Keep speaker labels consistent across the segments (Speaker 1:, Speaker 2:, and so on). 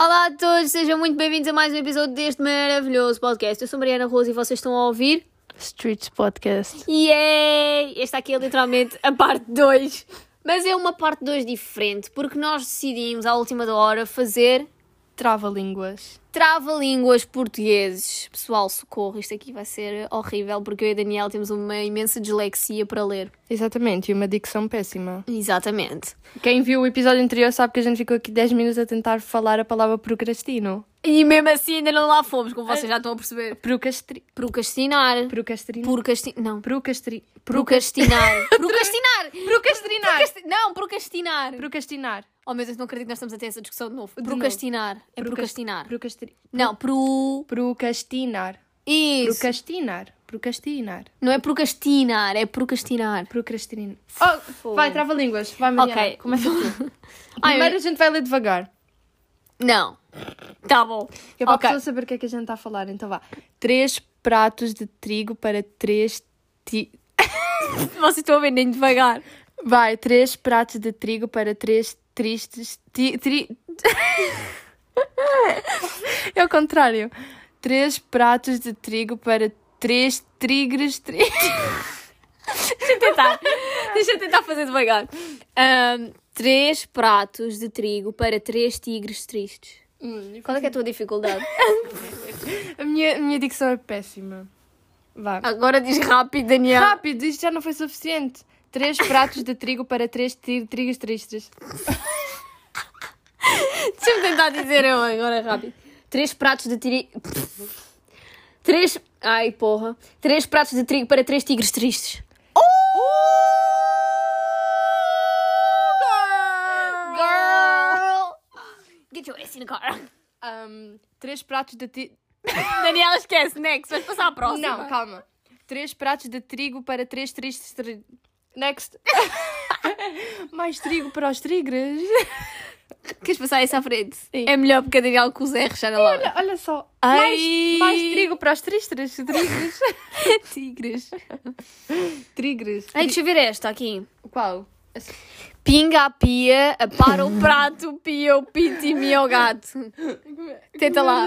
Speaker 1: Olá a todos, sejam muito bem-vindos a mais um episódio deste maravilhoso podcast. Eu sou Mariana Rosa e vocês estão a ouvir.
Speaker 2: Streets Podcast.
Speaker 1: Yay! Esta aqui é literalmente a parte 2. Mas é uma parte 2 diferente, porque nós decidimos à última da hora fazer
Speaker 2: Trava-línguas.
Speaker 1: trava-línguas portugueses. Pessoal, socorro, isto aqui vai ser horrível, porque eu e a Daniel temos uma imensa dislexia para ler.
Speaker 2: Exatamente, e uma dicção péssima.
Speaker 1: Exatamente.
Speaker 2: Quem viu o episódio anterior sabe que a gente ficou aqui 10 minutos a tentar falar a palavra procrastino.
Speaker 1: E mesmo assim ainda não lá fomos, como vocês já estão a perceber.
Speaker 2: Procrastri...
Speaker 1: Procrastinar.
Speaker 2: Procrastrino?
Speaker 1: Procrastinar. Não.
Speaker 2: Procrastri...
Speaker 1: Procrastinar. Procrastinar!
Speaker 2: Procrastinar!
Speaker 1: Procrasti- Não, procrastinar.
Speaker 2: Procrastinar.
Speaker 1: Oh meu Deus, não acredito que nós estamos a ter essa discussão de novo. procrastinar. É procrastinar.
Speaker 2: Procrastri...
Speaker 1: Não, pro.
Speaker 2: Procrastinar.
Speaker 1: Isso.
Speaker 2: Procrastinar. Procrastinar.
Speaker 1: Não é procrastinar, é procrastinar.
Speaker 2: Procrastinar. Oh, vai, trava-línguas. Vai, Mariana.
Speaker 1: Ok.
Speaker 2: Começa tu.
Speaker 1: Ai,
Speaker 2: Primeiro a gente vai ler devagar.
Speaker 1: Não. Tá bom.
Speaker 2: Que é para
Speaker 1: Ok.
Speaker 2: a pessoa saber o que é que a gente está a falar. Então vá. Três pratos de trigo para três... Ti...
Speaker 1: Vocês estão a ver nem devagar.
Speaker 2: Vai, três pratos de trigo para três tristes. Ti, tri... é o contrário. Três pratos de trigo para três trigres. Tri...
Speaker 1: Deixa eu tentar. Deixa eu tentar fazer devagar. Ahm, três pratos de trigo para três tigres tristes.
Speaker 2: Hum,
Speaker 1: Qual é que é a tua dificuldade?
Speaker 2: A minha, a minha dicção é péssima. Vá.
Speaker 1: Agora diz rápido, Daniel.
Speaker 2: Rápido, isto já não foi suficiente. Três pratos de trigo para três tri... trigres tristes.
Speaker 1: Deixa-me tentar dizer eu agora rápido. Três pratos de trigo. Três. Ai, porra. Três pratos de trigo para três tigres tristes. Girl! Get your ass in the car.
Speaker 2: Ahm, três pratos de ti...
Speaker 1: Daniela, esquece, next. Vamos passar à próxima.
Speaker 2: Não, calma. Três pratos de trigo para três tristes. tri- Next. Mais trigo para os trigres.
Speaker 1: Queres passar isso à frente?
Speaker 2: Sim.
Speaker 1: É melhor porque a Daniela com os R's já não lá.
Speaker 2: Olha, olha só.
Speaker 1: Ai.
Speaker 2: Mais, mais trigo para os tristes. Trigres.
Speaker 1: Tigres.
Speaker 2: trigres.
Speaker 1: Ai, deixa eu ver esta aqui.
Speaker 2: Qual? Essa-
Speaker 1: Pinga a pia, apara o prato, pia o pinto e mia o gato.
Speaker 2: Tá
Speaker 1: Tenta lá.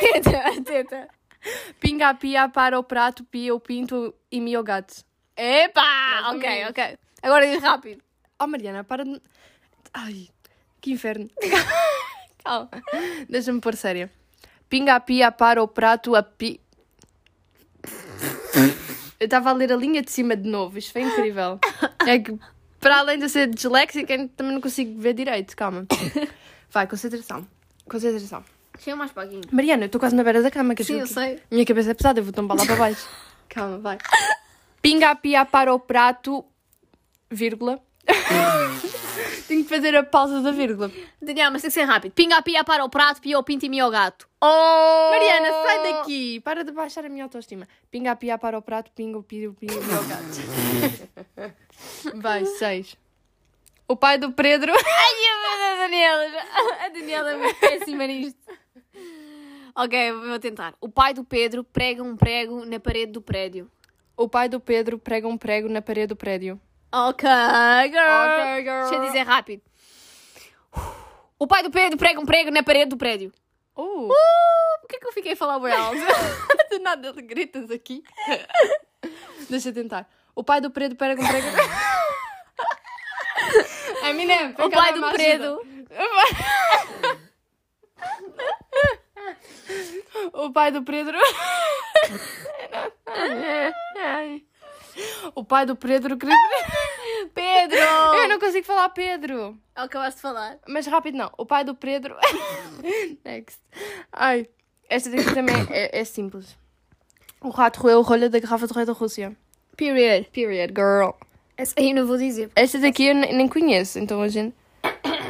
Speaker 1: Tenta, tenta.
Speaker 2: Pinga a pia, para o prato, pia o pinto e mia o gato.
Speaker 1: Epá!
Speaker 2: ou
Speaker 1: Ok,
Speaker 2: menos.
Speaker 1: ok. Agora diz rápido.
Speaker 2: Oh, Mariana, para de... Ai, que inferno.
Speaker 1: Calma.
Speaker 2: Deixa-me pôr séria. Pinga a pia, para o prato, a pi... Eu estava a ler a linha de cima de novo, isto foi incrível. É que, para além de eu ser disléxica, eu também não consigo ver direito, calma. Vai, concentração. Concentração.
Speaker 1: Chega mais para aqui.
Speaker 2: Mariana, eu estou quase na beira da cama, que
Speaker 1: Sim, eu sei.
Speaker 2: Minha cabeça é pesada, eu vou tombar lá para baixo. calma, vai. Pinga a pia, para o prato, vírgula. Tenho que fazer a pausa da vírgula.
Speaker 1: Daniel, mas tem que ser rápido. Pinga a pia, apara o prato, pia o pinto e mia o gato. Oh!
Speaker 2: Mariana, sai daqui! Para de baixar a minha autoestima. Pinga a pia para o prato, pinga o pio, pinga o meu gato. Vai, seis. O pai do Pedro.
Speaker 1: Ai, meu Deus, a Daniela. A Daniela é muito péssima nisto. Ok, vou tentar. O pai do Pedro prega um prego na parede do prédio.
Speaker 2: O pai do Pedro prega um prego na parede do prédio.
Speaker 1: Ok, girl.
Speaker 2: Ok, girl.
Speaker 1: Deixa eu dizer rápido. O pai do Pedro prega um prego na parede do prédio.
Speaker 2: Uh,
Speaker 1: Uh, Porquê que eu fiquei a falar bem alto?
Speaker 2: do nada gritas aqui. Deixa eu tentar. O pai do Pedro prega um prego. Eminem,
Speaker 1: O pai do Pedro.
Speaker 2: O pai do Pedro. o pai do Pedro. queria-
Speaker 1: Pedro!
Speaker 2: Eu não consigo falar Pedro.
Speaker 1: Acabaste de falar.
Speaker 2: Mas rápido não. O pai do Pedro. Next. Ai. Esta daqui também é, é simples. O rato roeu o rolho da garrafa do rei da Rússia.
Speaker 1: Period.
Speaker 2: Period, girl.
Speaker 1: Essa aí eu não vou dizer.
Speaker 2: Esta daqui eu ne- nem conheço, então a gente.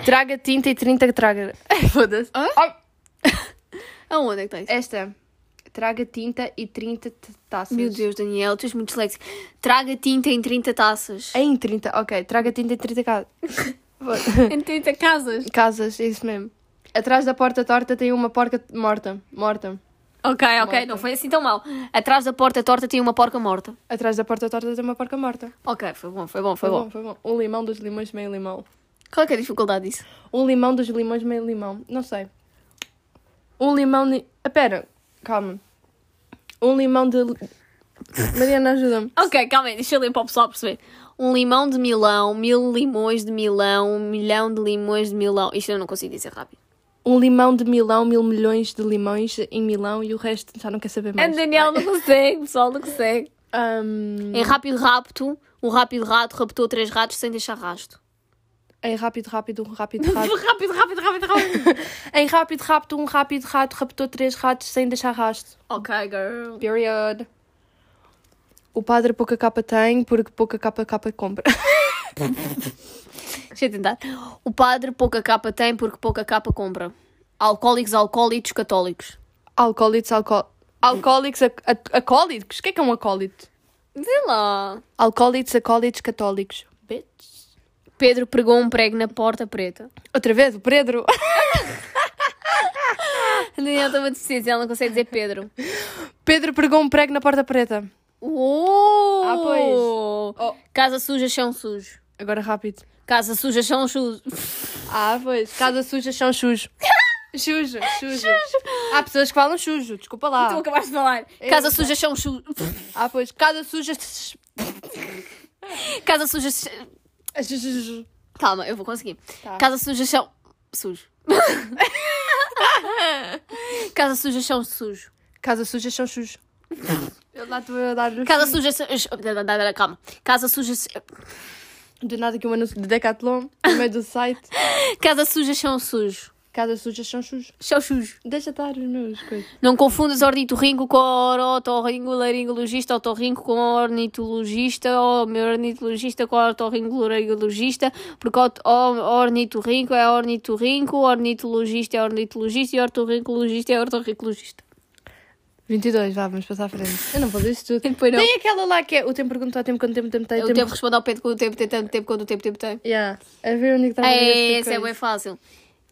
Speaker 2: Traga tinta e 30 traga. Foda-se. Ai.
Speaker 1: Aonde é que tens?
Speaker 2: Esta. Traga tinta e 30 t- taças.
Speaker 1: Meu Deus, Daniel, tu és muito disléxico. Traga tinta em 30 taças.
Speaker 2: Em 30, ok. Traga tinta em 30 casas.
Speaker 1: em 30 casas.
Speaker 2: casas, é isso mesmo. Atrás da porta torta tem uma porca morta. Morta.
Speaker 1: Ok, ok, não foi assim tão mal. Atrás da porta torta tinha uma porca morta.
Speaker 2: Atrás da porta torta tem uma porca morta.
Speaker 1: Ok, foi bom, foi bom, foi,
Speaker 2: Foi
Speaker 1: bom.
Speaker 2: bom, foi bom. Um limão dos limões, meio limão.
Speaker 1: Qual é, que é a dificuldade disso?
Speaker 2: Um limão dos limões, meio limão. Não sei. Um limão. Ni... Ah, pera, calma. Um limão de. li- Mariana, ajuda-me.
Speaker 1: Ok, calma aí, deixa eu limpar o pessoal perceber. Um limão de Milão, mil limões de Milão, um milhão de limões de Milão. Isto eu não consigo dizer rápido.
Speaker 2: Um limão de Milão, mil milhões de limões em Milão e o resto já não quer saber
Speaker 1: A
Speaker 2: mais.
Speaker 1: É, Daniel não consegue, pessoal não consegue.
Speaker 2: Ahm,
Speaker 1: Em rápido rapto, um rápido rato raptou três ratos sem deixar rasto.
Speaker 2: em rápido, rápido, um rápido, rápido.
Speaker 1: Rápido, rápido, rápido, rápido.
Speaker 2: em rápido, rápido, um rápido rato raptou três ratos sem deixar rastro.
Speaker 1: ok, girl.
Speaker 2: Period. O padre pouca capa tem porque pouca capa capa compra.
Speaker 1: Deixa eu tentar. O padre pouca capa tem porque pouca capa compra. Alcoólicos, alcoólicos, católicos.
Speaker 2: Alcoólicos, alco... Alcoólicos, ac- ac- acólitos? O que é que é um acólito?
Speaker 1: Vê lá.
Speaker 2: Alcoólitos, acólitos, católicos. Bitch.
Speaker 1: Pedro pregou um prego na porta preta.
Speaker 2: Outra vez, o Pedro.
Speaker 1: A Daniela tem uma deficiência, ela não consegue dizer Pedro.
Speaker 2: Pedro pregou um prego na porta preta.
Speaker 1: Uou!
Speaker 2: Ah,
Speaker 1: pois.
Speaker 2: Oh.
Speaker 1: Casa suja, chão sujo.
Speaker 2: Agora rápido.
Speaker 1: Casa suja, chão sujo.
Speaker 2: Ah, pois. Casa suja, chão sujo. Chujo, chujo. Há pessoas que falam chujo, desculpa
Speaker 1: Tu
Speaker 2: lá.
Speaker 1: acabaste de falar. Casa suja, chão sujo.
Speaker 2: Ah, pois. Casa suja. ch-
Speaker 1: Casa suja. ch-
Speaker 2: ch- ch-
Speaker 1: Calma, eu vou conseguir.
Speaker 2: Tá.
Speaker 1: Casa suja, chão sujo. Casa suja, chão sujo.
Speaker 2: Casa suja, chão sujo. Eu lá estou a dar.
Speaker 1: Casa suja, ch- calma. Casa suja, ch-
Speaker 2: Do nada que um anúncio de Decathlon no meio do site.
Speaker 1: casa suja, chão sujo.
Speaker 2: Casa suja, chão sujo.
Speaker 1: Chão sujo.
Speaker 2: Deixa estar os meus coisas.
Speaker 1: Não confundas ornitorrinco com ornitorrinco, laringologista, otorrinco com ornitologista, ou meu ornitologista com ornitorrinco-laringologista, porque ot- o- ornitorrinco é ornitorrinco, ornitologista é ornitologista e ortorrincologista é ortorrincologista.
Speaker 2: 22, vá, vamos passar à frente. Eu não vou dizer isto tudo.
Speaker 1: Depois não.
Speaker 2: Tem aquela lá que é o tempo pergunta ao tempo quanto tempo É tempo tem.
Speaker 1: O tempo responde ao Pedro quando o tempo tem tanto tempo quando o tempo, tempo tem.
Speaker 2: Yeah. A ver onde é que estava a ver
Speaker 1: É, essa
Speaker 2: esta
Speaker 1: é
Speaker 2: coisa. Ah.
Speaker 1: bem fácil.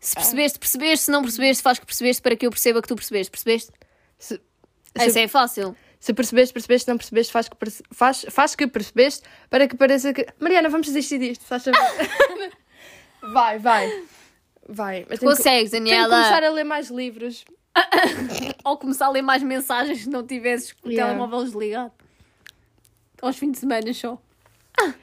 Speaker 1: Se percebeste, percebeste, se não percebeste, faz que percebeste para que eu perceba que tu percebeste, percebeste?
Speaker 2: Se-
Speaker 1: Essa é fácil.
Speaker 2: Se percebeste, percebeste, se não percebeste, faz que, perce- faz, faz que percebeste para que pareça que. Mariana, vamos desistir disto, faz favor. vai, vai. Vai. Mas tenho que-
Speaker 1: Consegues,
Speaker 2: tenho que
Speaker 1: Daniela.
Speaker 2: começar a ler mais livros.
Speaker 1: ou começar a ler mais mensagens se não tivesses o
Speaker 2: Yeah.
Speaker 1: telemóvel desligado. Aos fins de semana só.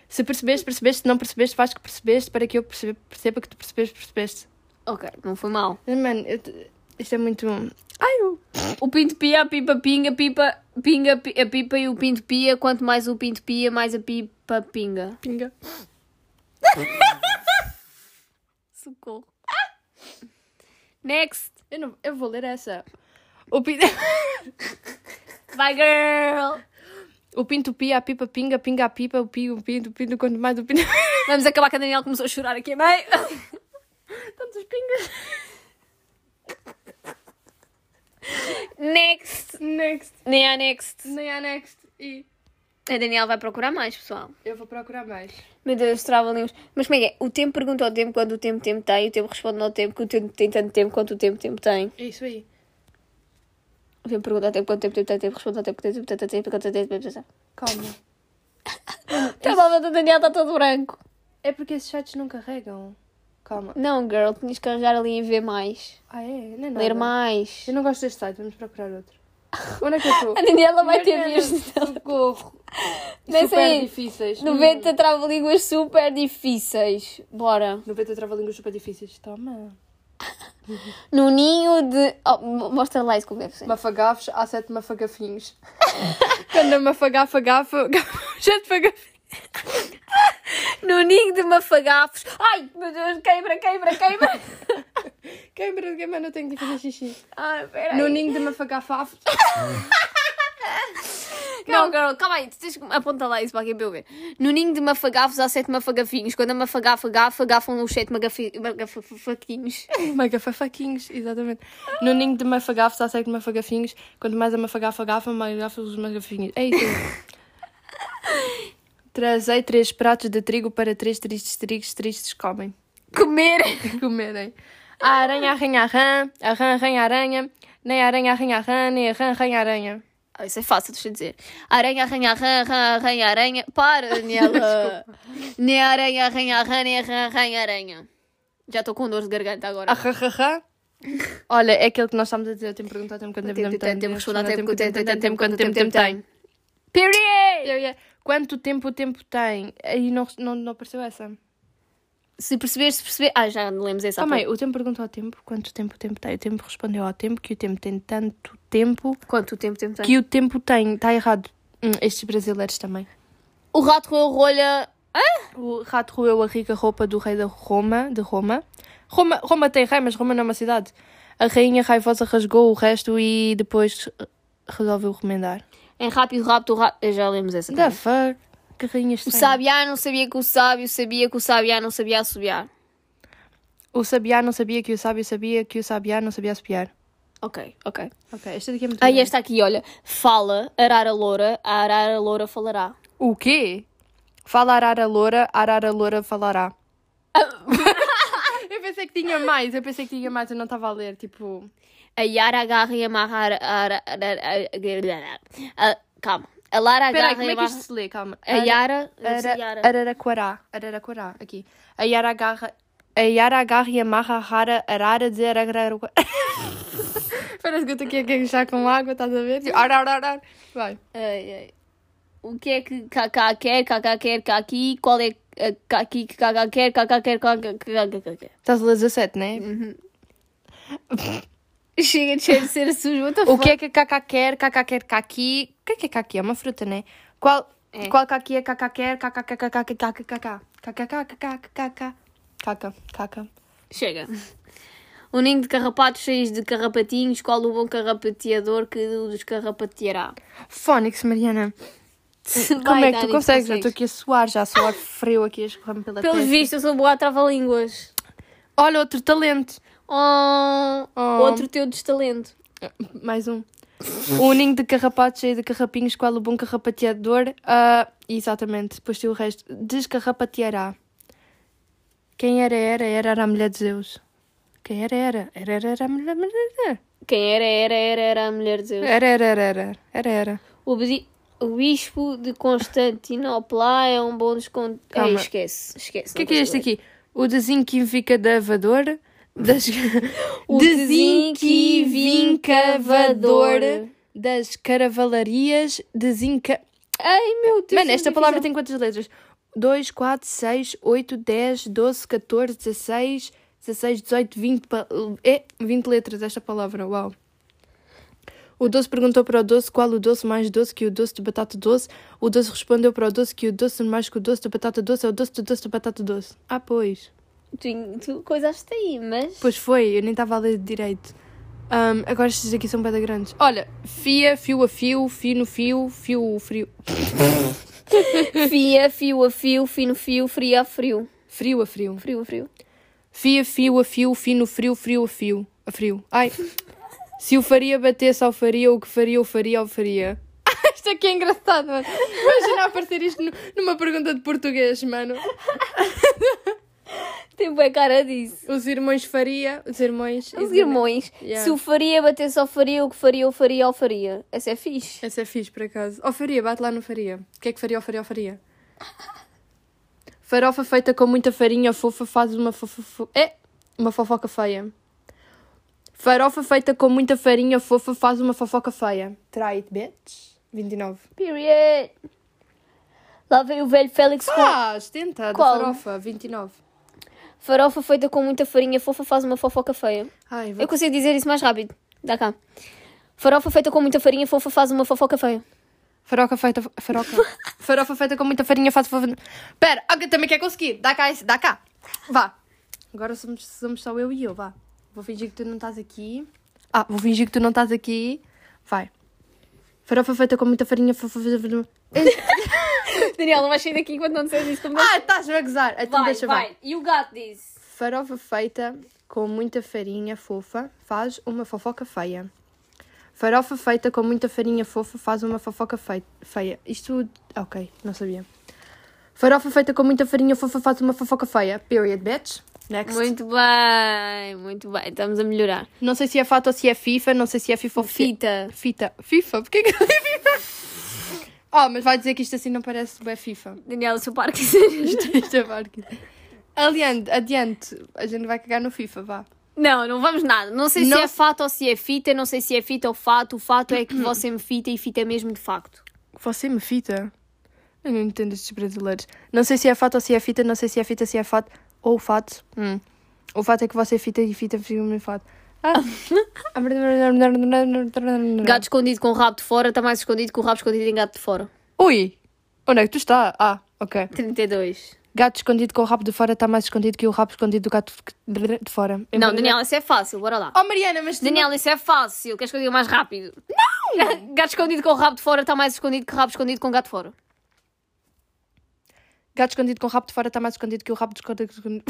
Speaker 2: Se percebeste, percebeste, se não percebeste, faz que percebeste para que eu percebe- perceba que tu percebeste, percebeste.
Speaker 1: Ok, não foi mal.
Speaker 2: Mano, eu te- isto é muito. Ai, eu.
Speaker 1: O pinto pia, a pipa pinga, pipa, pinga, pi- a pipa e o pinto pia. Quanto mais o pinto pia, mais a pipa pinga.
Speaker 2: Pinga.
Speaker 1: Socorro. Next.
Speaker 2: Eu, não... eu vou ler essa. O pinto.
Speaker 1: Bye, girl.
Speaker 2: o pinto pia, a pipa pinga, pinga a pipa, o pio, o pinto, o pinto, quanto mais o pinto.
Speaker 1: Vamos acabar que a Daniela começou a chorar aqui a meio.
Speaker 2: Tantos pingas.
Speaker 1: Next.
Speaker 2: Next.
Speaker 1: Nem há next.
Speaker 2: Nem há next. E.
Speaker 1: A Daniela vai procurar mais, pessoal.
Speaker 2: Eu vou procurar mais.
Speaker 1: Meu Deus, trava-línguas. Mas como é que é? O tempo pergunta ao tempo quando o tempo tempo tem, o tempo responde ao tempo que o tempo tem tanto tempo quanto o tempo tempo tem.
Speaker 2: É isso aí.
Speaker 1: O tempo pergunta ao tempo quanto tempo tempo tem, o tempo responde ao tempo que tem, o tempo tem tanto tempo quanto o tempo tempo tem.
Speaker 2: Calma.
Speaker 1: Tá bom, o Daniel está todo branco.
Speaker 2: É porque esses sites não carregam. Calma.
Speaker 1: Não, girl, tinhas que arranjar ali e ver mais.
Speaker 2: Ah, é? Não é nada.
Speaker 1: Ler mais.
Speaker 2: Eu não gosto deste site, vamos procurar outro. Onde é que eu estou?
Speaker 1: A Daniela vai ter visto.
Speaker 2: Socorro.
Speaker 1: Nessa
Speaker 2: super
Speaker 1: aí.
Speaker 2: difíceis.
Speaker 1: 90 trava-línguas super difíceis. Bora.
Speaker 2: 90 trava-línguas super difíceis. Toma.
Speaker 1: No ninho de. Oh, mo- mostra lá isso como deve ser.
Speaker 2: Mafagafos, há sete mafagafinhos. Quando a mafagafa gafa, gafa, sete fagafinhos.
Speaker 1: No ninho de mafagafos. Ai, meu Deus, queima, queima, queima.
Speaker 2: Câmara, câmara, não tenho que fazer xixi.
Speaker 1: Ai, peraí.
Speaker 2: No ninho de mafagafafos.
Speaker 1: Não, girl, calma aí, tu tens que apontar lá isso para aqui para eu ver. No ninho de mafagafos há sete mafagafinhos. Quando a mafagafa gafa, gafam os sete magafafaquinhos.
Speaker 2: Magafafaquinhos, exatamente. No ninho de mafagafos há sete mafagafinhos. Quanto mais a mafagafa gafa, mais gafam os magafinhos. É isso. aí. Trazei três pratos de trigo para três tristes trigos tristes comem. Ah,
Speaker 1: Comer!
Speaker 2: Comerem. A aranha arranha a rã, a rã arranha a aranha. Nem aranha, arranha, rã, nem rã, arranha, aranha.
Speaker 1: Ah, isso é fácil, deixa eu dizer. Aranha, arranha, rã, rã, arranha, aranha. Para, Daniela. nem aranha, arranha, rã, nem rã, arranha, aranha. Já estou com dor de garganta agora.
Speaker 2: Ah, Arranha, Olha, é aquele que nós estamos a dizer. Eu tenho que perguntar tempo quanto tempo tempo tem.
Speaker 1: Temos que responder tempo,
Speaker 2: Tempo, tempo,
Speaker 1: tempo,
Speaker 2: tempo,
Speaker 1: tempo,
Speaker 2: tempo,
Speaker 1: quanto
Speaker 2: quanto tempo, tempo tem.
Speaker 1: Period!
Speaker 2: Eu ia- Quanto tempo o tempo tem? Aí não, não, não apareceu essa.
Speaker 1: Se perceber, se perceber. Ah, já lemos essa. há
Speaker 2: Também, o tempo perguntou ao tempo quanto tempo o tempo tem. O tempo respondeu ao tempo que o tempo tem tanto tempo
Speaker 1: pouco. Quanto tempo tempo tem?
Speaker 2: que o tempo tem. Está errado. Hum, estes brasileiros também.
Speaker 1: O rato roeu rolha. Ah?
Speaker 2: O rato roeu a rica roupa do rei da Roma, de Roma. Roma, Roma tem rei, mas Roma não é uma cidade. A rainha raivosa rasgou o resto e depois eh, resolveu remendar.
Speaker 1: Em rápido rapto, o rato. Já lemos essa.
Speaker 2: The
Speaker 1: também.
Speaker 2: fuck? Que rainha
Speaker 1: O
Speaker 2: estranha.
Speaker 1: sabiá não sabia que o sábio sabia que o sabiá não sabia assobiar.
Speaker 2: O sabiá não sabia que o sábio sabia que o sabiá não sabia espiar.
Speaker 1: Ok, ok.
Speaker 2: Ok, esta daqui é muito
Speaker 1: Aí
Speaker 2: grande.
Speaker 1: esta aqui, olha. Fala, arara loura, a arara loura falará.
Speaker 2: O quê? Fala arara loura, arara loura falará. eu pensei que tinha mais, eu pensei que tinha mais, eu não estava a ler, tipo...
Speaker 1: A Yara agarra e amarra. a ara- ara- ara- ara- a- Calma. A Lara
Speaker 2: Espera
Speaker 1: agarra
Speaker 2: como
Speaker 1: e
Speaker 2: é que isto
Speaker 1: amarra.
Speaker 2: se lê? Calma.
Speaker 1: A Yara. deve ser
Speaker 2: Ara,
Speaker 1: Yara.
Speaker 2: araraquará, araraquará, aqui. A Yara agarra... A Yara agarra e amarra a rara arara de araraquará. Parece que eu estou aqui a gaguejar com água, estás a ver? Tipo, arararara. Vai.
Speaker 1: Ai, ai. O que é que Kaká quer? Kaká quer Kaki? Qual é a Kaki que Kaká quer? Kaká quer Kaká Kaká quer?
Speaker 2: Estás a ler 17, não é?
Speaker 1: Chega de ser- ser sujo. What the
Speaker 2: O
Speaker 1: fuck?
Speaker 2: que é que cacá quer, cacá quer caqui? O que é que é caqui? É uma fruta, né? Qual, qual caqui é cacá quer, cacá quer, cacá quer, cacá cacá cacá cacá cacá cacá cacá
Speaker 1: Chega. Um ninho de carrapatos cheios de carrapatinhos. Qual o bom carrapateador que o descarrapateará?
Speaker 2: Fónix, Mariana. Como é que tu consegues? Eu estou aqui a suar, já a suar frio aqui, a escorrer-me pela
Speaker 1: Pelo
Speaker 2: testa.
Speaker 1: visto, eu sou boa a trava-línguas.
Speaker 2: Olha, outro talento.
Speaker 1: Oh,
Speaker 2: Oh.
Speaker 1: Outro teu destalento.
Speaker 2: Mais um. O ninho de carrapatos cheio de carrapinhos, qual o bom carrapateador? Ah, exatamente, depois tem o resto. Descarrapateará. Quem era, era, era, era a mulher de Zeus. Quem era, era, era, era, era a mulher, mulher, mulher.
Speaker 1: Quem era, era, era, era a mulher de Zeus.
Speaker 2: Era, era, era, era, era, era.
Speaker 1: O, bisi- o bispo de Constantinopla é um bom desconto.
Speaker 2: Calma.
Speaker 1: Ei, esquece, esquece.
Speaker 2: O que é que é este aqui? O desinquivincadavador das...
Speaker 1: O desinquivincador.
Speaker 2: das caravalarias desinca...
Speaker 1: Ai, meu Deus.
Speaker 2: Mano,
Speaker 1: é
Speaker 2: esta
Speaker 1: difícil.
Speaker 2: palavra tem quantas letras? 2, 4, 6, 8, 10, 12, 14, 16, 16, 18, 20. pa- É 20 letras esta palavra, uau. O doce perguntou para o doce qual o doce mais doce que o doce de batata doce. O doce respondeu para o doce que o doce mais que o doce de batata doce é o doce do doce de batata doce. Ah, pois.
Speaker 1: Tu, tu coisaste aí, mas.
Speaker 2: Pois foi, eu nem estava a ler direito. Ahm, agora estes aqui são bada grandes. Olha, fia, fio a fio, fio no fio, fio frio.
Speaker 1: Fia, fio a fio, fino fio, frio a frio.
Speaker 2: Frio a frio.
Speaker 1: Frio a frio.
Speaker 2: Fia, fio a fio, fino, frio, frio a fio. A frio. Ai. Se o faria batesse ao faria, o que faria, o faria ao faria. isto aqui é engraçado, mano. Imagina aparecer isto nu- numa pergunta de português, mano.
Speaker 1: Tem bem cara disso.
Speaker 2: Os irmãos faria, os irmãos...
Speaker 1: Os irmãos.
Speaker 2: Yeah.
Speaker 1: Se o faria batesse ao faria, o que faria, o faria, ao faria. Essa é fixe.
Speaker 2: Essa é fixe, por acaso. Ó faria, bate lá no faria. O que é que faria, ó faria, ó faria? Farofa feita com muita farinha fofa faz uma fofa... fo- É, uma fofoca feia. Farofa feita com muita farinha fofa faz uma fofoca feia. Try it, bitch. 29.
Speaker 1: Period. Lá veio o velho Félix com
Speaker 2: Ah, tenta, da
Speaker 1: Qual?
Speaker 2: farofa, 29.
Speaker 1: farofa feita com muita farinha fofa faz uma fofoca feia.
Speaker 2: Ai, vou...
Speaker 1: Eu consigo dizer isso mais rápido. Dá cá. Farofa feita com muita farinha fofa faz uma fofoca feia.
Speaker 2: Farofa feita... Farofa. farofa feita com muita farinha faz fofa... Pera, alguém também quer conseguir. Dá cá esse, dá cá. Vá. Agora somos, somos só eu e eu, vá. Vou fingir que tu não estás aqui. Ah, vou fingir que tu não estás aqui. Vai. Farofa feita com muita farinha... Fofa...
Speaker 1: Daniel, não vais sair daqui enquanto não disseres isso. Como
Speaker 2: ah, estás a gozar. Então
Speaker 1: vai,
Speaker 2: deixa
Speaker 1: vai. You got this.
Speaker 2: Farofa feita com muita farinha fofa faz uma fofoca feia. Farofa feita com muita farinha fofa faz uma fofoca fei- feia. Isto. Ok, não sabia. Farofa feita com muita farinha fofa faz uma fofoca feia. Period, bitch. Next.
Speaker 1: Muito bem, muito bem. Estamos a melhorar.
Speaker 2: Não sei se é fato ou se é FIFA, não sei se é FIFA ou fi-
Speaker 1: Fita.
Speaker 2: Fita. FIFA? Porquê que eu digo FIFA? Oh, mas vai dizer que isto assim não parece bem FIFA.
Speaker 1: Daniela, seu parque.
Speaker 2: Isto, isto é barco. Aliante, adiante, a gente vai cagar no FIFA, vá.
Speaker 1: Não, não vamos nada. Não sei
Speaker 2: Não-
Speaker 1: se é fato ou se é fita. Não sei se é fita ou fato. O fato é que você me fita e fita é mesmo de facto.
Speaker 2: Você me fita? Eu não entendo estes brasileiros. Não sei se é fato ou se é fita, não sei se é fita, se é fato ou fato. Hum. O fato é que você fita e fita, fica me fato. Ah.
Speaker 1: Gato escondido com o rabo de fora está mais escondido que o rabo escondido em gato de fora.
Speaker 2: Ui! Onde é que tu está? Ah, ok.
Speaker 1: 32.
Speaker 2: Gato escondido com o rabo de fora está mais escondido que o rabo escondido do gato de fora.
Speaker 1: Não, Daniela, isso é fácil. Bora lá.
Speaker 2: Oh, Mariana, mas tu
Speaker 1: Daniela, isso é fácil. Queres que eu diga mais rápido? Não! Gato escondido com o rabo de fora está mais escondido que o rabo escondido com o gato de fora.
Speaker 2: Gato escondido com o rabo de fora está mais escondido que o rabo de escondido.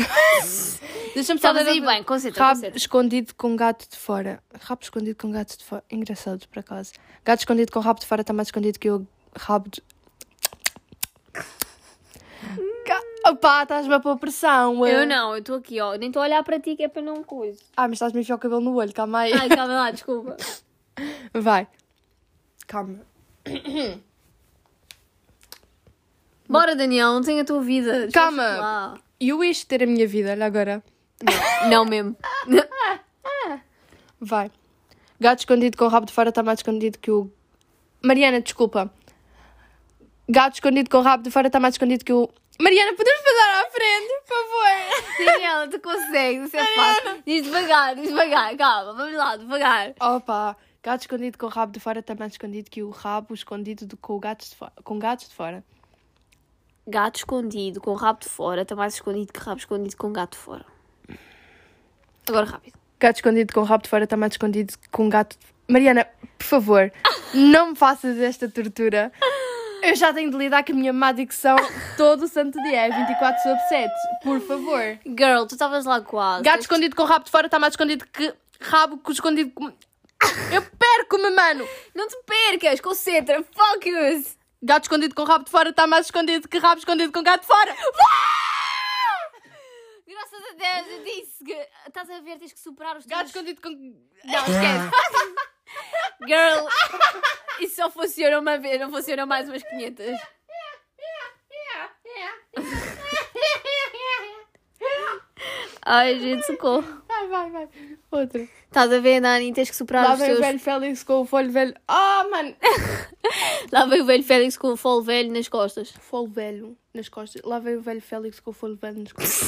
Speaker 2: Deixa-me só
Speaker 1: Estavas
Speaker 2: dizer.
Speaker 1: aí bem, concentra,
Speaker 2: Rabo
Speaker 1: concentra.
Speaker 2: escondido com gato de fora. Rabo escondido com gato de fora. Engraçado, por acaso. Gato escondido com rabo de fora está mais escondido que o rabo de. Ga- Opá, estás-me a pôr pressão. eh.
Speaker 1: Eu não, eu estou aqui, ó. Nem estou a olhar para ti que é para não coisa.
Speaker 2: Ah, mas estás-me a enfiar o cabelo no olho, calma aí.
Speaker 1: Ai, calma lá, desculpa.
Speaker 2: Vai. Calma.
Speaker 1: Bora, Daniel, não tenho a tua vida.
Speaker 2: Calma.
Speaker 1: Desfaz-te lá.
Speaker 2: E eu isto ter a minha vida, olha agora.
Speaker 1: Não mesmo.
Speaker 2: Vai. Gato escondido com o rabo de fora está mais escondido que o. Mariana, desculpa. Gato escondido com o rabo de fora está mais escondido que o. Mariana, podemos passar à frente, por favor?
Speaker 1: Daniela, tu consegues, isso é fácil. Diz devagar, diz devagar, calma, vamos lá, devagar.
Speaker 2: Opa! Gato escondido com o rabo de fora está mais escondido que o rabo escondido do- com, o gato de fora, com gatos de fora.
Speaker 1: Gato escondido com rabo de fora está mais escondido que rabo escondido com gato de fora. Agora rápido.
Speaker 2: Gato escondido com o rabo de fora está mais escondido que um gato. de- Mariana, por favor, não me faças esta tortura. Eu já tenho de lidar com a minha má dicção todo o santo dia, é 24 sobre 7. Por favor.
Speaker 1: Girl, tu estavas lá quase.
Speaker 2: Gato escondido com o rabo de fora está mais escondido que rabo com escondido com... Eu perco-me, mano!
Speaker 1: Não te percas, concentra, focus.
Speaker 2: Gato escondido com o rabo de fora está mais escondido que rabo escondido com gato de fora.
Speaker 1: Graças a Deus, eu disse que estás a ver, tens que superar os
Speaker 2: Gato
Speaker 1: teus...
Speaker 2: escondido com...
Speaker 1: Não, esquece. Girl, isso só funciona uma vez, não funciona mais umas 500. Ai, gente, socorro.
Speaker 2: Vai, vai, vai. Outra.
Speaker 1: Estás a ver, Nani, tens que superar
Speaker 2: Lá
Speaker 1: os
Speaker 2: vem
Speaker 1: teus...
Speaker 2: o velho Félix com o folho velho. Ah, mano!
Speaker 1: Lá vem o velho Félix com o fole velho nas costas.
Speaker 2: Folho velho nas costas. Lá vem o velho Félix com o folho velho nas costas.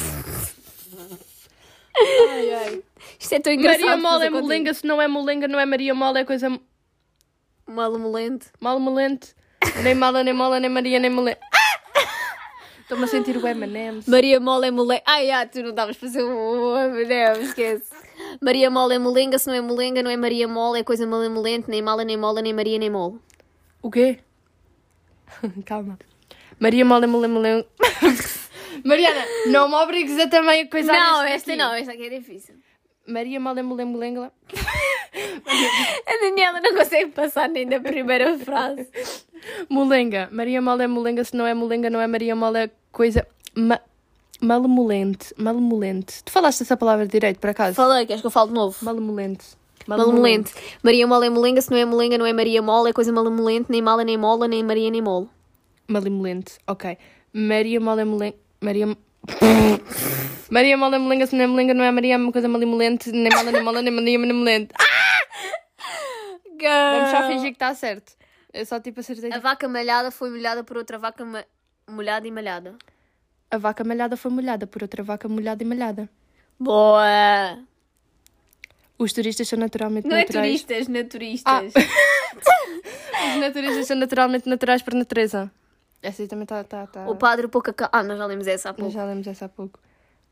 Speaker 2: ai, ai.
Speaker 1: Isto é tão engraçado.
Speaker 2: Maria Mola
Speaker 1: fazer
Speaker 2: é
Speaker 1: contigo.
Speaker 2: molenga, se não é molenga, não é Maria Mola, é coisa
Speaker 1: Malemolente.
Speaker 2: mal molente. Nem mala, nem mola, nem Maria, nem molenga. Estou-me a sentir o M&M's.
Speaker 1: Maria Mola é molenga. Ai, ah, tu não davas fazer o um, não, esquece. Maria Mola é molenga, se não é molenga, não é Maria Mola, é coisa malemolente, nem mala, nem mola, nem Maria, nem mola.
Speaker 2: O quê? Calma. Maria Mola Mola Mola. Mariana, não me obrigues a também a coisar
Speaker 1: Não,
Speaker 2: este
Speaker 1: esta
Speaker 2: daqui.
Speaker 1: não, esta aqui é difícil.
Speaker 2: Maria Mola Mola Mola.
Speaker 1: A Daniela não consegue passar nem da primeira frase.
Speaker 2: Molenga. Maria Mola é molenga, se não é molenga, não é Maria Mola, é coisa. Ma... Malemolente. Malemolente. Tu falaste essa palavra direito, por acaso?
Speaker 1: Falei, queres que eu falo de novo?
Speaker 2: Malemolente.
Speaker 1: Malemolente. Maria Mola é molenga, se não é molenga, não é Maria Mola, é coisa malemolente, nem mala, nem mola, nem Maria, nem mola.
Speaker 2: Malemolente. Ok. Maria Mola Molenga. Maria. Maria Mola Molenga, se não é molenga, não é Maria, é uma coisa malemolente, nem mala, nem mola, nem Maria, nem molente. Vamos só fingir que está certo. Eu só tipo acertei.
Speaker 1: A vaca malhada foi molhada por outra vaca ma- molhada e malhada.
Speaker 2: A vaca malhada foi molhada por outra vaca molhada e malhada.
Speaker 1: Boa!
Speaker 2: Os turistas são naturalmente
Speaker 1: Não é
Speaker 2: naturais.
Speaker 1: turistas, não é turistas.
Speaker 2: Os naturistas é são naturalmente naturais por natureza. Essa aí também está. Tá, tá.
Speaker 1: O padre pouca ca... Ah, nós já lemos essa há
Speaker 2: Nós
Speaker 1: pouco.
Speaker 2: Já lemos essa há pouco.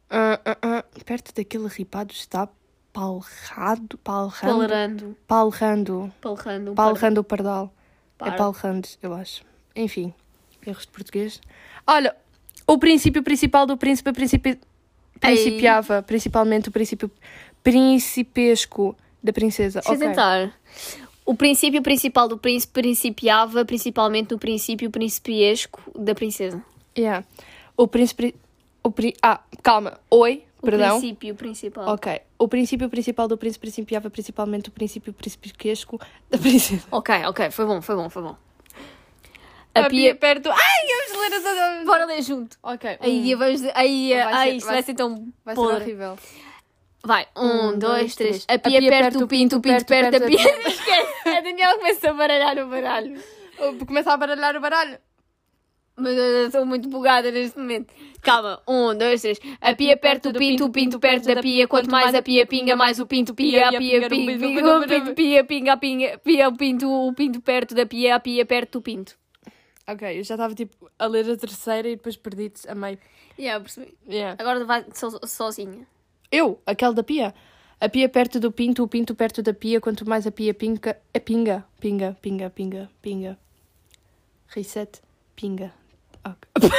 Speaker 2: Ah, ah, ah. Perto daquele ripado está palrado. Palrando.
Speaker 1: Palerando.
Speaker 2: Palrando.
Speaker 1: Palerando. um padre.
Speaker 2: Palrando o pardal. É
Speaker 1: Par-
Speaker 2: palrando, eu acho. Enfim, erros de português. Olha, o princípio principal do príncipe principi... principiava, principalmente o princípio principesco da princesa.
Speaker 1: Deixa eu
Speaker 2: Ok.
Speaker 1: tentar. O princípio principal do príncipe principiava principalmente no princípio principiesco da princesa.
Speaker 2: Yeah. O príncipe. O pri... Ah, calma. Oi.
Speaker 1: O
Speaker 2: Perdão?
Speaker 1: princípio principal.
Speaker 2: Ok. O princípio principal do príncipe principiava principalmente o princípio principesco da princesa.
Speaker 1: Ok, ok, foi bom, foi bom, foi bom.
Speaker 2: A Pia perto. Ai, vamos ler as.
Speaker 1: Bora ler junto.
Speaker 2: Ok.
Speaker 1: Aí, vamos. Aí,
Speaker 2: Vai ser-
Speaker 1: ai, isto
Speaker 2: vai
Speaker 1: vai
Speaker 2: ser-
Speaker 1: ser tão
Speaker 2: Vai ser
Speaker 1: podre.
Speaker 2: horrível.
Speaker 1: Vai, um, dois, três. A pia perto o pinto, o pinto perto a pia. Esquece. A Daniela começa a baralhar o baralho.
Speaker 2: Começa a baralhar o baralho.
Speaker 1: Mas eu estou muito bugada neste momento. Calma, um, dois, três. A pia perto do pinto, o pinto perto da pia. Quanto mais a pia pinga, mais o pinto pia. A pia pinga, pinga, o pinto pia, pinga, a pinga, pia, o pinto, o pinto perto da pia, a pia perto do pinto.
Speaker 2: Ok, eu já estava tipo a ler a terceira e depois perdi-te a meio.
Speaker 1: Yeah, percebi.
Speaker 2: Yeah.
Speaker 1: Agora vai so- sozinha.
Speaker 2: Eu, aquele da pia. A pia perto do pinto, o pinto perto da pia, quanto mais a pia pinga. É pinga, pinga, pinga, pinga, pinga. Reset, pinga. Ok.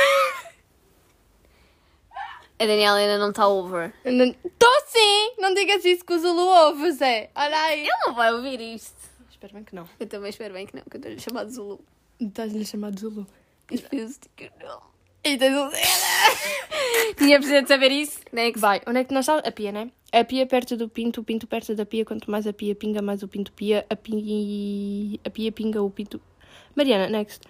Speaker 1: A Daniela ainda não está over.
Speaker 2: Estou sim! Não digas isso que o Zulu ouve, Zé. Olha aí.
Speaker 1: Ele não vai ouvir isto.
Speaker 2: Espero bem que não.
Speaker 1: Eu também espero bem que não, que eu estou-lhe chamado Zulu.
Speaker 2: Estás-lhe chamado Zulu.
Speaker 1: Penso que não.
Speaker 2: E tens um...
Speaker 1: Tinha precisado de saber isso. Next.
Speaker 2: Vai, onde é que nós estávamos? A pia, né? A pia perto do pinto, o pinto perto da pia. Quanto mais a pia pinga, mais o pinto pia. A pia, a pia pinga, o pinto... Mariana, next.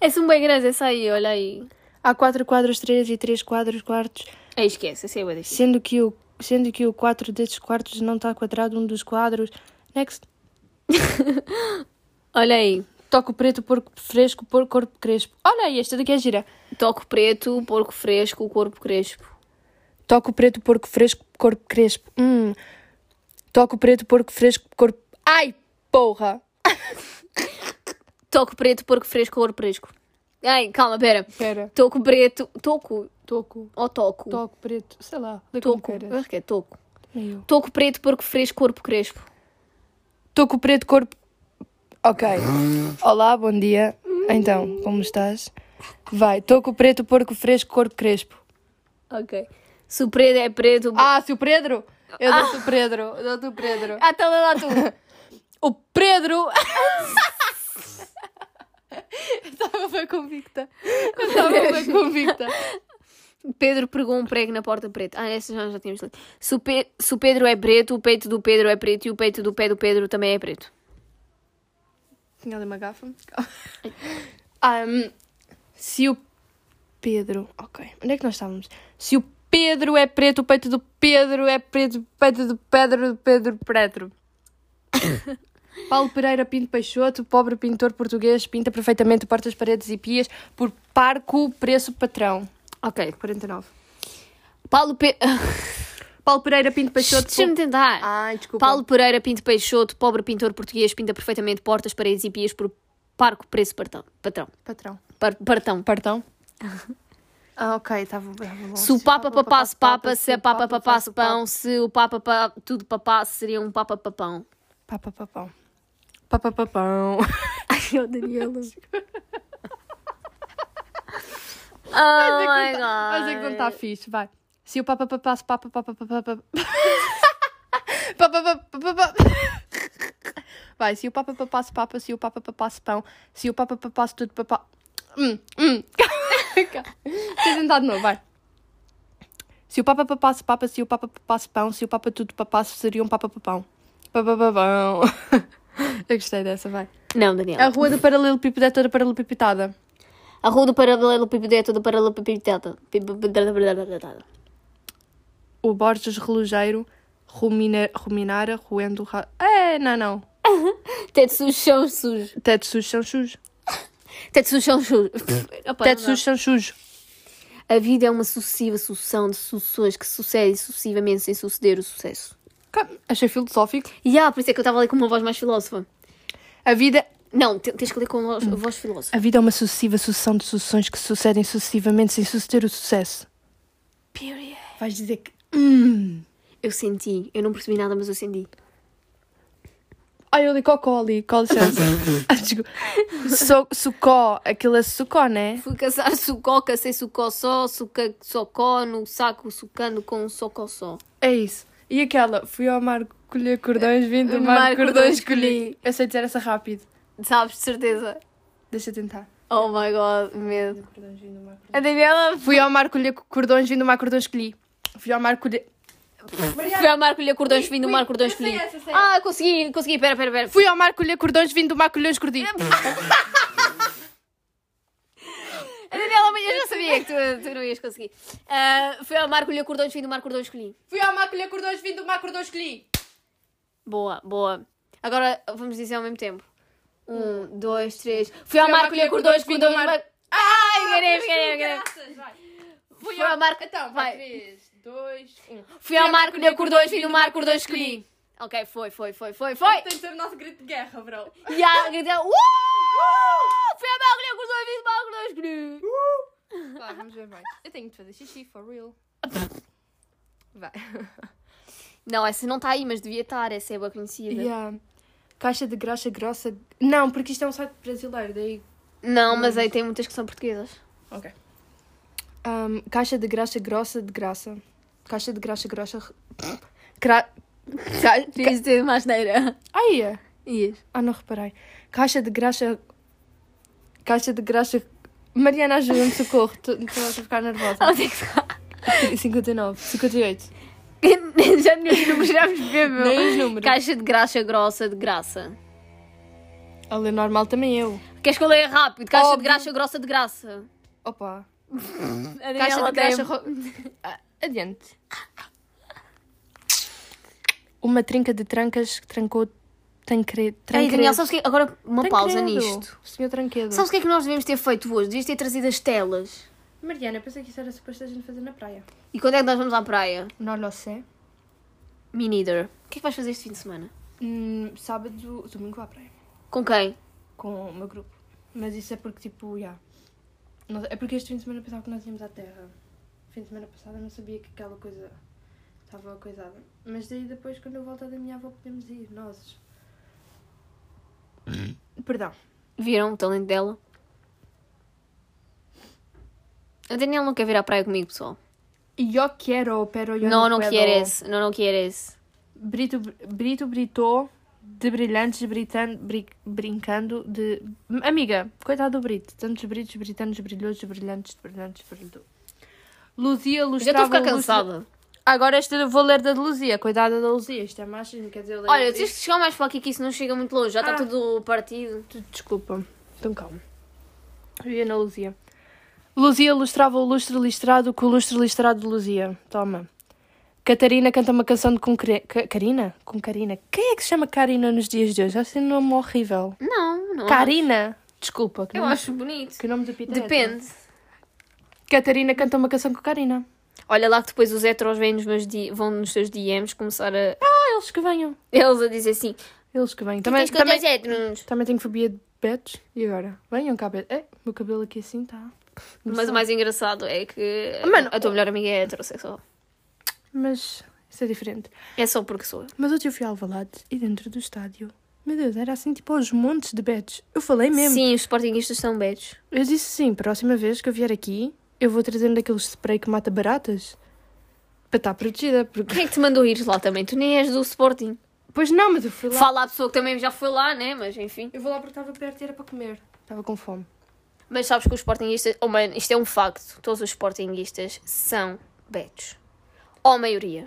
Speaker 1: É um bem grande, essa aí, olha aí.
Speaker 2: Há quatro quadros, três e três quadros, quartos.
Speaker 1: Ei, esquece, essa é boa daqui.
Speaker 2: Sendo que o, sendo que o quatro desses quartos não está quadrado, um dos quadros. Next.
Speaker 1: Olha aí.
Speaker 2: Toco preto, porco fresco, porco corpo crespo. Olha aí, esta daqui é gira.
Speaker 1: Toco preto, porco fresco, corpo crespo.
Speaker 2: Toco preto, porco fresco, corpo crespo. Hum. Toco preto, porco fresco, corpo. Ai, porra!
Speaker 1: Toco preto, porco fresco, corpo fresco. Ai, calma, pera.
Speaker 2: Pera.
Speaker 1: Toco preto, toco
Speaker 2: Toco.
Speaker 1: ou toco?
Speaker 2: Toco preto, sei lá. um
Speaker 1: Toco. Eu acho que é toco. Toco preto, porco fresco, corpo crespo.
Speaker 2: Toco preto, corpo. Ok. Olá, bom dia. Então, como estás? Vai, toco preto, porco fresco, corpo crespo.
Speaker 1: Ok. Se o preto é preto...
Speaker 2: Ah, seu Pedro? Eu dou-te o Pedro, eu dou-te o Pedro.
Speaker 1: Ah, tá lá, lá tu.
Speaker 2: O Pedro! eu estava bem convicta. Eu estava bem convicta.
Speaker 1: Pedro pregou um prego na porta preta. Ah, essa já, já tínhamos lido. Se o, Pe- se o Pedro é preto, o peito do Pedro é preto e o peito do pé do Pedro também é preto.
Speaker 2: Tinha ali uma gafa. Ahm, se o Pedro. Ok, onde é que nós estávamos? Se o Pedro é preto, o peito do Pedro é preto, o peito do Pedro, do Pedro Preto. Paulo Pereira Pinto Peixoto, pobre pintor português, pinta perfeitamente portas, paredes e pias por parco preço patrão.
Speaker 1: Ok.
Speaker 2: 49.
Speaker 1: Paulo Pe...
Speaker 2: Paulo Pereira Pinto Peixoto.
Speaker 1: Deixa-me tentar.
Speaker 2: Ai, desculpa.
Speaker 1: Paulo Pereira Pinto Peixoto, pobre pintor português, pinta perfeitamente portas, paredes e pias por parco preço partão. Patrão.
Speaker 2: Patrão.
Speaker 1: Par- partão.
Speaker 2: Partão. Ah, ok, estava bom.
Speaker 1: Se o Papa papasse papa, se a Papa papasse pão, se o Papa pa- tudo papasse, seria um Papa papão.
Speaker 2: Papa papão. Papa papão.
Speaker 1: Ai, oh Daniela. Oh my god.
Speaker 2: Mas é que não está fixe, vai. Se o papa papasse papa papa papa papa. Papa papa papa. Vai, se o papa papasse papa, se o papa papasse pão, se o papa papasse tudo papá. Hum, hum. Deixa eu tentar de novo, vai. Se o papa papasse papa, se o papa papasse pão, se o papa tudo papasse, seria um papa papão. Papa papão. Eu gostei dessa, vai.
Speaker 1: Não,
Speaker 2: A
Speaker 1: Daniela.
Speaker 2: rua do paralelepípedo é toda paralelepípetada.
Speaker 1: A rua do paralelepípedo é toda paralelepípedada.
Speaker 2: o Borges Relojeiro rumina, ruminara, roendo o ra... É, não, não.
Speaker 1: Teto sujo, chão sujo.
Speaker 2: Tetsus Sanchus.
Speaker 1: Teto sujo, chão sujo. Opa, não dá.
Speaker 2: Tetsus Sanchus.
Speaker 1: A vida é uma sucessiva sucessão de sucessões que sucedem sucessivamente sem suceder o sucesso.
Speaker 2: Achei filosófico.
Speaker 1: E ah, por isso é que eu estava ali com uma voz mais filósofa.
Speaker 2: A vida...
Speaker 1: Não, te- tens que ler com uma voz, voz filósofa.
Speaker 2: A vida é uma sucessiva sucessão de sucessões que sucedem sucessivamente sem suceder o sucesso.
Speaker 1: Period.
Speaker 2: Vais dizer que...
Speaker 1: Eu senti, eu não percebi nada, mas eu senti.
Speaker 2: Ai, eu li cocó ali, com licença. ah, desculpa. So, sucó, aquilo é sucó, né?
Speaker 1: Fui caçar sucoca sem sucó só, suca socó no saco, sucando com um socó só.
Speaker 2: É isso. E aquela, fui ao mar colher cordões, vim do mar, cordões colhi. Eu sei dizer essa rápido.
Speaker 1: Sabes, de certeza.
Speaker 2: Deixa eu tentar.
Speaker 1: Oh my god, medo.
Speaker 2: Fui
Speaker 1: A Daniela
Speaker 2: ao mar colher cordões, vim do mar cordões colhi. Fui ao mar colher.
Speaker 1: foi ao mar colher cordões, vim do
Speaker 2: ui,
Speaker 1: mar cordões
Speaker 2: eu sei
Speaker 1: colhi.
Speaker 2: essa, sei
Speaker 1: Ah, consegui, consegui, pera, pera, pera.
Speaker 2: Fui ao mar colher cordões, vim do mar colhões cordi.
Speaker 1: A Daniela, mas eu já sabia que tu, tu não ias conseguir. Ah, foi ao mar colher cordões, vim do mar cordões colhi.
Speaker 2: Fui ao mar colher cordões, vim do mar cordões colhi.
Speaker 1: Boa, boa. Agora vamos dizer ao mesmo tempo. Um, dois, três. Fui ao mar colher cordões, vim do mar... Ai, enganei, enganei, enganei.
Speaker 2: Fui
Speaker 1: Foi ao mar...
Speaker 2: Então, vai. 3, 2, 1.
Speaker 1: Fui ao mar colher cordões, vim do mar cordões colhi. Ok, foi, foi, foi, foi, foi.
Speaker 2: Tem de ser o nosso grito de guerra, bro.
Speaker 1: E a gritar... Uh! Fui ao mar colher cordões, vim do mar cordões colhi.
Speaker 2: Vai, vamos ver mais. Eu tenho de fazer xixi, for real. Vai.
Speaker 1: Não, essa não está aí, mas devia estar. Essa é boa conhecida.
Speaker 2: Yeah. ah, Caixa de graxa grossa. Não, porque isto é um site brasileiro, daí.
Speaker 1: Não, mas aí tem muitas que são portuguesas.
Speaker 2: Ok. ah, caixa de graxa grossa de graça. Caixa de graxa grossa. Cra... Ca... Ca...
Speaker 1: Devias ter mais neira.
Speaker 2: Ai, é.
Speaker 1: Ias.
Speaker 2: Ah, não reparei. Caixa de graxa. Caixa de graxa. Mariana, ajuda-me, socorro. Estou a ficar nervosa.
Speaker 1: Ela tem que ficar.
Speaker 2: 59, 58.
Speaker 1: Já nem os números já percebeu.
Speaker 2: Nem os números.
Speaker 1: Caixa de graxa grossa de graça.
Speaker 2: A ler normal também eu.
Speaker 1: Queres que eu leia rápido? Caixa de
Speaker 2: Óbvio.
Speaker 1: graxa grossa de graça.
Speaker 2: Opa.
Speaker 1: A
Speaker 2: Caixa
Speaker 1: Daniela tem-
Speaker 2: de graxa. ro- Ah, Adiante. Uma trinca de trancas que trancou Tancredo.
Speaker 1: Ei,
Speaker 2: Tancredo.
Speaker 1: Daniel, sabes o que é- Agora uma pausa
Speaker 2: Tancredo.
Speaker 1: nisto.
Speaker 2: O senhor Tranquedo.
Speaker 1: Sabes o que é que nós devíamos ter feito hoje? Devias ter trazido as telas.
Speaker 2: Mariana, pensei que isso era suposto a gente fazer na praia.
Speaker 1: E quando é que nós vamos à praia?
Speaker 2: Não lo sei.
Speaker 1: Me neither. O que é que vais fazer este fim de semana?
Speaker 2: Hum, sábado, domingo à praia.
Speaker 1: Com quem?
Speaker 2: Com o meu grupo. Mas isso é porque, tipo, já. Não- É porque este fim de semana pensava que nós íamos à terra. Fim de semana passada não sabia que aquela coisa estava coisada. Mas daí depois, quando eu voltar da minha avó, podemos ir, nós. Perdão.
Speaker 1: Viram o talento dela? A Daniela não quer vir à praia comigo, pessoal.
Speaker 2: Yo quiero, pero yo
Speaker 1: não,
Speaker 2: no
Speaker 1: não
Speaker 2: puedo.
Speaker 1: queres. Não, não queres.
Speaker 2: Brito, Brito Brito de brilhantes britan, bri- brincando de. Amiga, coitado do Brito. Tantos britos, britanos, brilhosos, brilhantes, brilhantes, brilhou. Luzia
Speaker 1: Já estou
Speaker 2: lustrava
Speaker 1: a ficar
Speaker 2: o lustre-
Speaker 1: cansada.
Speaker 2: Agora esta eu vou ler da de Luzia. Coitada da Luzia. Isto é machismo, quer dizer... eu leio
Speaker 1: Olha,
Speaker 2: isto-
Speaker 1: tens que chegar mais para aqui que isso não chega muito longe. Já está
Speaker 2: Ah.
Speaker 1: tudo partido.
Speaker 2: Desculpa. Então calma. Eu ia na Luzia. Luzia lustrava o lustre listrado com o lustre listrado de Luzia. Toma. Catarina canta uma canção de com Cre- Ca- Carina? Com Carina. Quem é que se chama Carina nos dias de hoje? Acho que é um nome horrível.
Speaker 1: Não, não.
Speaker 2: Carina? Desculpa. Que
Speaker 1: Eu
Speaker 2: nome,
Speaker 1: acho bonito.
Speaker 2: que nome do
Speaker 1: É,
Speaker 2: Peter
Speaker 1: Depende.
Speaker 2: Catarina canta uma canção com Carina.
Speaker 1: Olha lá que depois os heteros vêm nos meus di- vão nos seus DMs começar a.
Speaker 2: Ah, eles que venham.
Speaker 1: Eles a dizer assim.
Speaker 2: Eles que venham.
Speaker 1: Também,
Speaker 2: Também,
Speaker 1: tens contra
Speaker 2: também,
Speaker 1: os heteros.
Speaker 2: também tenho fobia de betos. E agora? Venham cá, betos. É, meu cabelo aqui assim tá.
Speaker 1: Mas o mais engraçado é que
Speaker 2: Mano,
Speaker 1: a tua melhor amiga é heterossexual.
Speaker 2: Mas isso é diferente.
Speaker 1: É só porque sou eu.
Speaker 2: Mas outro eu fui ao Alvalade e dentro do estádio. Meu Deus, era assim tipo aos montes de betos. Eu falei mesmo.
Speaker 1: Sim, os sportinguistas são betos.
Speaker 2: Eu disse sim, próxima vez que eu vier aqui, eu vou trazendo aquele spray que mata baratas. Para estar protegida, porque...
Speaker 1: Quem é que te mandou ir lá também? Tu nem és do Sporting.
Speaker 2: Pois não, mas eu fui lá.
Speaker 1: Fala à pessoa que também já foi lá, né? Mas enfim.
Speaker 2: Eu vou lá porque estava perto e era para comer. Estava com fome.
Speaker 1: Mas sabes que os sportinguistas. Oh, mano, isto é um facto. Todos os sportinguistas são betos. Ou a maioria.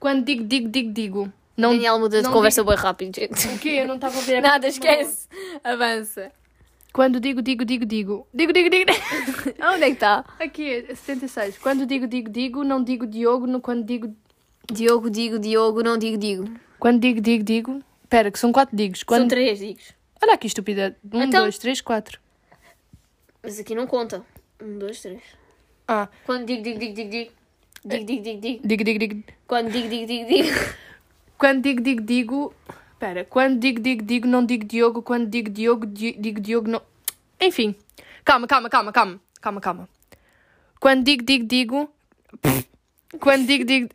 Speaker 2: Quando digo, digo, digo, digo. Não...
Speaker 1: Daniel muda de
Speaker 2: não
Speaker 1: conversa bem rápido, gente.
Speaker 2: O quê? Eu não estava a ver.
Speaker 1: Nada, esquece. Avança.
Speaker 2: Quando digo, digo, digo, digo. Digo, digo, digo.
Speaker 1: Onde é que está?
Speaker 2: Aqui, 76. Quando digo, digo, digo, não digo Diogo, no quando digo...
Speaker 1: Diogo, digo, Diogo, não digo, digo.
Speaker 2: Quando digo, digo, digo... Espera, que são quatro digos. Quando...
Speaker 1: São três digos.
Speaker 2: Olha aqui, estúpida. Um,
Speaker 1: Então-
Speaker 2: dois, três, quatro.
Speaker 1: Mas aqui não conta. Um, dois, três.
Speaker 2: Ah,
Speaker 1: Quando digo, digo, digo, digo, digo. Digo, digo, digo, digo.
Speaker 2: digo, digo, digo.
Speaker 1: Quando digo, digo, digo, digo.
Speaker 2: Quando digo, digo, digo. Espera, quando digo, digo, digo, não digo Diogo. Quando digo Diogo, di- digo Diogo, não. Enfim. Calma, calma, calma, calma. Calma, calma. Quando digo, digo, digo. Quando digo, digo.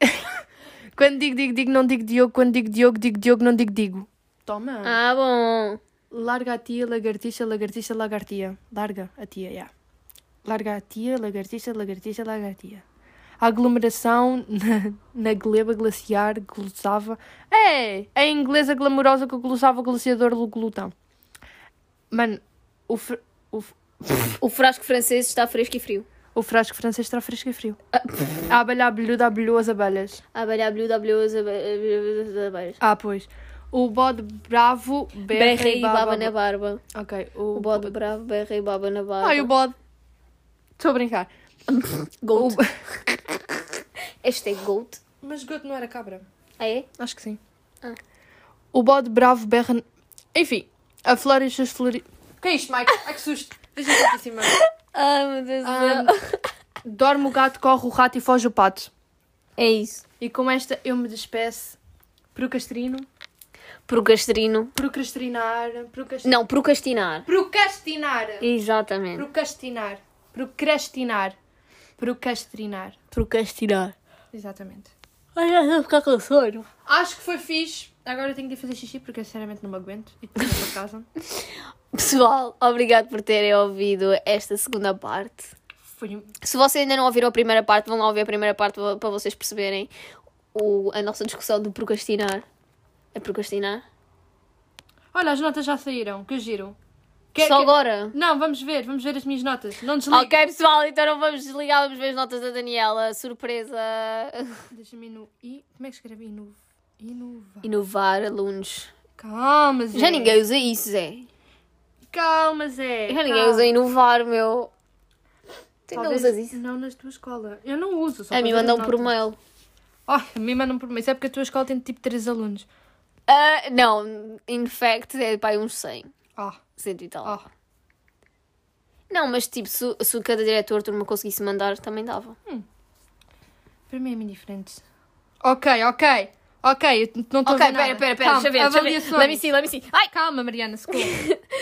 Speaker 2: Quando digo, digo, digo, não digo Diogo. Quando digo Diogo, digo Diogo, não digo digo. Toma.
Speaker 1: Ah, bom.
Speaker 2: Larga a tia, lagartixa, lagartixa, lagartia. Larga a tia, já. Larga a tia, lagartixa, lagartixa, lagartia. Aglomeração na, na gleba glaciar, glosava. É! A inglesa glamourosa que glosava glaciador do glutão. Mano, o, Fer- o, F-
Speaker 1: O frasco francês está fresco e frio.
Speaker 2: O frasco francês está fresco e frio.
Speaker 1: Ah.
Speaker 2: A abelha abelhuda abelhou as abelhas.
Speaker 1: Abelha, abelhuda, abelhuda, abelhuda, abelhas.
Speaker 2: Ah, pois. O bode bravo berra,
Speaker 1: Berra e baba na barba.
Speaker 2: Ok, o,
Speaker 1: O bode bravo, berra e baba na barba.
Speaker 2: Ai, o bode. Estou a brincar.
Speaker 1: Goat. Este é goat.
Speaker 2: Mas Goto não era cabra.
Speaker 1: Ah, é?
Speaker 2: Acho que sim.
Speaker 1: Ah.
Speaker 2: O bode bravo berra. Enfim, a flor e as suas flores. O que é isto, Mike? Ai que susto! Deixa-me aqui em cima.
Speaker 1: Ai, meu Deus do
Speaker 2: Ahm,
Speaker 1: céu.
Speaker 2: Ah. dorme o gato, corre o rato e foge o pato.
Speaker 1: É isso.
Speaker 2: E com esta eu me despeço. Procastrino.
Speaker 1: Procrastrino.
Speaker 2: Procrastinar. Procrast...
Speaker 1: Não, procrastinar.
Speaker 2: Procrastinar.
Speaker 1: Exatamente.
Speaker 2: Procrastinar. Procrastinar. Procrastinar.
Speaker 1: Procrastinar.
Speaker 2: Exatamente.
Speaker 1: Ai, já estou a ficar com sono.
Speaker 2: Acho que foi fixe. Agora eu tenho de ir fazer xixi porque eu sinceramente não me aguento. E depois vou para casa.
Speaker 1: Pessoal, obrigado por terem ouvido esta segunda parte.
Speaker 2: Foi um-
Speaker 1: Se vocês ainda não ouviram a primeira parte, vão lá ouvir a primeira parte vo- para vocês perceberem o- a nossa discussão do procrastinar. É procrastinar?
Speaker 2: Olha, as notas já saíram. Que é giro.
Speaker 1: Só agora?
Speaker 2: Não, vamos ver. Vamos ver as minhas notas. Não desligue.
Speaker 1: Ok, pessoal, então não vamos desligar, vamos ver as notas da Daniela. Surpresa!
Speaker 2: Deixa-me inu... I... Como é que escreve inu... Inuva?
Speaker 1: Inovar alunos.
Speaker 2: Calma, Zé.
Speaker 1: Já ninguém usa isso, Zé.
Speaker 2: Calma, Zé.
Speaker 1: Já ninguém
Speaker 2: calma.
Speaker 1: usa inovar, meu. Tu ainda
Speaker 2: Tá. Talvez
Speaker 1: usas isso?
Speaker 2: Não nas tua escola. Eu não uso. Só
Speaker 1: A
Speaker 2: para
Speaker 1: mim
Speaker 2: ver as
Speaker 1: mandam por
Speaker 2: notas.
Speaker 1: mail.
Speaker 2: Ah, a mim mandam por mail. Isso é porque a tua escola tem tipo 3 alunos.
Speaker 1: Ah, não, in fact, é para uns 100,
Speaker 2: Ah,
Speaker 1: 100 e tal.
Speaker 2: ah.
Speaker 1: Não, mas tipo, se, se cada diretor de turma conseguisse mandar, também dava.
Speaker 2: Para mim é meio diferente. Ok, ok. Ok, eu t- não estou
Speaker 1: Ok,
Speaker 2: a ver
Speaker 1: pera,
Speaker 2: nada.
Speaker 1: pera, pera,
Speaker 2: Calma,
Speaker 1: deixa eu ver, deixa eu ver.
Speaker 2: avaliações.
Speaker 1: Let me see, let me see. Ai,
Speaker 2: Calma, Mariana, segura.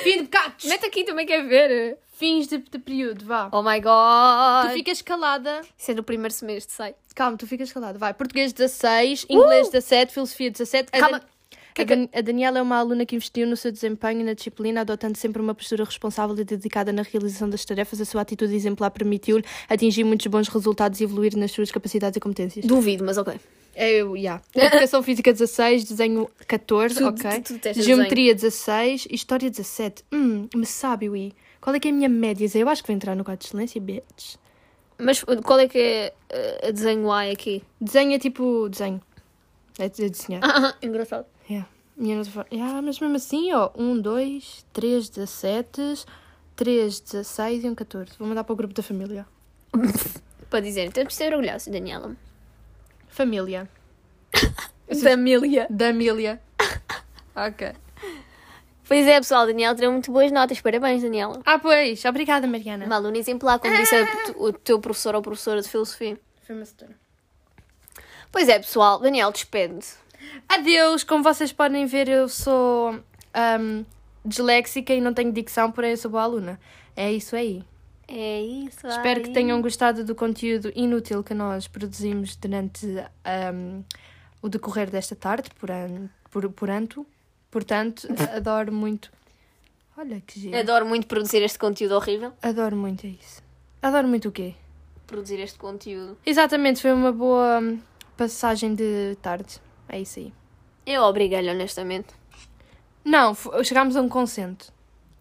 Speaker 2: Fim de gatos.
Speaker 1: mete aqui também quer ver.
Speaker 2: Fins de, de período, vá.
Speaker 1: Oh my god.
Speaker 2: Tu ficas calada.
Speaker 1: Isso é no primeiro semestre, sai.
Speaker 2: Calma, tu ficas calada. Vai, português 16, inglês 17, filosofia 17. A
Speaker 1: Calma.
Speaker 2: Dan- A, Dan- a Daniela é uma aluna que investiu no seu desempenho e na disciplina, adotando sempre uma postura responsável e dedicada na realização das tarefas. A sua atitude exemplar permitiu-lhe atingir muitos bons resultados e evoluir nas suas capacidades e competências.
Speaker 1: Duvido, mas ok.
Speaker 2: Eu, yeah. Educação Física 16, desenho 14,
Speaker 1: Tu-
Speaker 2: ok.
Speaker 1: tu- tu detestas
Speaker 2: Geometria 16, História 17. Hum, me sabe, Ui. Qual é que é a minha média? Zé? Eu acho que vou entrar no quadro de excelência, bitch.
Speaker 1: Mas qual é que é eh, a desenho A aqui?
Speaker 2: Desenho é tipo desenho. É de- é desenhar.
Speaker 1: Ah, ah, engraçado.
Speaker 2: Yeah. Minha nota foi... yeah, mas mesmo assim, ó. 1, 2, 3, 17, 3, 16 e um 14. Vou mandar para o grupo da família.
Speaker 1: Para dizer, então, temos de ser orgulhosos, Daniela.
Speaker 2: Família.
Speaker 1: Família.
Speaker 2: Da Emília. ok.
Speaker 1: Pois é, pessoal, Daniela tirou muito boas notas. Parabéns, Daniela.
Speaker 2: Ah, pois. Obrigada, Mariana.
Speaker 1: Uma aluna exemplar, como disse
Speaker 2: Ah.
Speaker 1: a- o teu professor ou professora de filosofia.
Speaker 2: Foi uma setora.
Speaker 1: Pois é, pessoal, Daniel, despede.
Speaker 2: Adeus! Como vocês podem ver, eu sou ahm, disléxica e não tenho dicção, porém eu sou boa aluna. É isso aí.
Speaker 1: É isso.
Speaker 2: Espero que
Speaker 1: aí.
Speaker 2: tenham gostado do conteúdo inútil que nós produzimos durante ahm, o decorrer desta tarde, por an- por, poranto. Portanto, adoro muito. Olha que giro.
Speaker 1: Adoro muito produzir este conteúdo horrível.
Speaker 2: Adoro muito, é isso. Adoro muito o quê?
Speaker 1: Produzir este conteúdo.
Speaker 2: Exatamente, foi uma boa hum, passagem de tarde. É isso aí.
Speaker 1: Eu obriguei-lhe, honestamente.
Speaker 2: Não, fo- chegámos a um consento.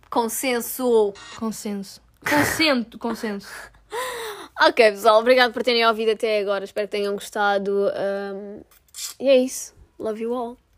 Speaker 1: Consenso.
Speaker 2: Consenso. Consento, consenso.
Speaker 1: Ok, pessoal, obrigado por terem ouvido até agora. Espero que tenham gostado. Um, e é isso. Love you all.